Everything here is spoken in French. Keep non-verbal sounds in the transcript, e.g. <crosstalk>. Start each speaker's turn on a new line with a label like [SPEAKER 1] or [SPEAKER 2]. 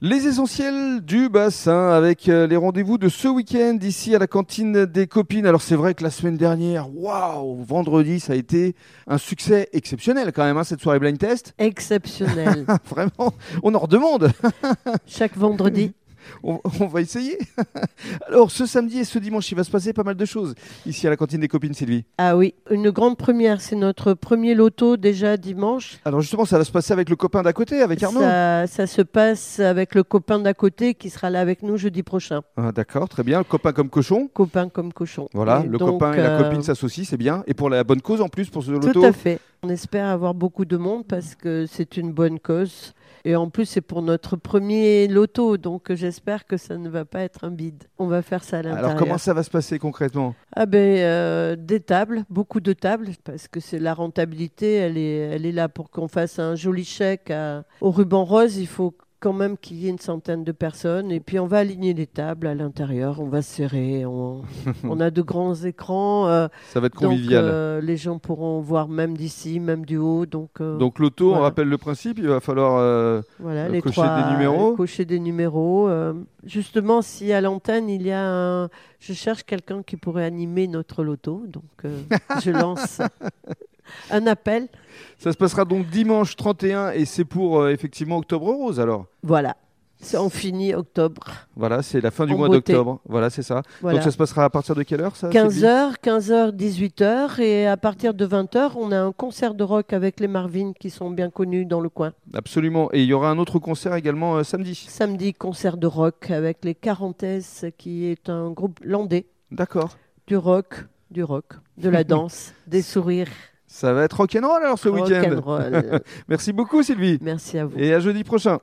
[SPEAKER 1] Les essentiels du bassin avec euh, les rendez-vous de ce week-end ici à la cantine des copines. Alors c'est vrai que la semaine dernière, waouh, vendredi, ça a été un succès exceptionnel quand même, hein, cette soirée blind test. <laughs>
[SPEAKER 2] Exceptionnel.
[SPEAKER 1] Ah, Vraiment, on en redemande.
[SPEAKER 2] Chaque vendredi.
[SPEAKER 1] On, on va essayer. <laughs> Alors ce samedi et ce dimanche, il va se passer pas mal de choses ici à la cantine des copines, Sylvie.
[SPEAKER 2] Ah oui, une grande première. C'est notre premier loto déjà dimanche.
[SPEAKER 1] Alors justement, ça va se passer avec le copain d'à côté, avec Arnaud.
[SPEAKER 2] Ça, ça se passe avec le copain d'à côté qui sera là avec nous jeudi prochain.
[SPEAKER 1] Ah, D'accord, très bien. Le copain comme cochon.
[SPEAKER 2] Copain comme cochon.
[SPEAKER 1] Voilà,
[SPEAKER 2] Et
[SPEAKER 1] le
[SPEAKER 2] donc,
[SPEAKER 1] copain et la
[SPEAKER 2] euh,
[SPEAKER 1] copine s'associent, c'est bien. Et pour la bonne cause en plus, pour ce loto.
[SPEAKER 2] Tout à fait. On espère avoir beaucoup de monde parce que c'est une bonne cause. Et en plus, c'est pour notre premier loto, donc j'espère que ça ne va pas être un bide. On va faire ça à l'intérieur.
[SPEAKER 1] Alors comment ça va se passer concrètement
[SPEAKER 2] Ah ben, euh, des tables, beaucoup de tables, parce que c'est la rentabilité, elle est, elle est là pour qu'on fasse un joli chèque à- au ruban rose. Il faut quand même qu'il y ait une centaine de personnes. Et puis on va aligner les tables à l'intérieur, on va se serrer, on, on a de grands écrans. euh,
[SPEAKER 1] Ça va être
[SPEAKER 2] donc
[SPEAKER 1] convivial.
[SPEAKER 2] euh, les gens pourront voir même d'ici, même du haut. Donc, euh,
[SPEAKER 1] Donc l'auto, on
[SPEAKER 2] Voilà.
[SPEAKER 1] rappelle le principe, il va falloir... euh,
[SPEAKER 2] voilà,
[SPEAKER 1] euh,
[SPEAKER 2] les
[SPEAKER 1] cocher
[SPEAKER 2] trois,
[SPEAKER 1] des numéros.
[SPEAKER 2] cocher des numéros. euh, justement, si à l'antenne, il y a un... Je cherche quelqu'un qui pourrait animer notre loto, donc
[SPEAKER 1] <laughs>
[SPEAKER 2] euh, je lance un appel.
[SPEAKER 1] Ça se passera donc dimanche 31 et c'est pour euh, effectivement Octobre Rose alors.
[SPEAKER 2] Voilà, C'est- on finit octobre.
[SPEAKER 1] Voilà, c'est la fin du
[SPEAKER 2] En
[SPEAKER 1] mois
[SPEAKER 2] beauté.
[SPEAKER 1] d'octobre. Voilà, c'est ça.
[SPEAKER 2] Voilà.
[SPEAKER 1] Donc ça se passera à partir de quelle heure ça
[SPEAKER 2] 15h, 15h, 18h, et à partir de 20h, on a un concert de rock avec les Marvin qui sont bien connus dans le coin.
[SPEAKER 1] Sylvie Absolument. Et il y aura un autre concert également euh, samedi.
[SPEAKER 2] Samedi, concert de rock avec les Carentaises, qui est un groupe landais
[SPEAKER 1] D'accord.
[SPEAKER 2] du rock, du rock,
[SPEAKER 1] <laughs>
[SPEAKER 2] de la danse, des sourires.
[SPEAKER 1] Ça va être rock'n'roll alors ce week-end.
[SPEAKER 2] Rock'n'roll.
[SPEAKER 1] Merci beaucoup Sylvie.
[SPEAKER 2] Merci à vous.
[SPEAKER 1] Et à jeudi prochain.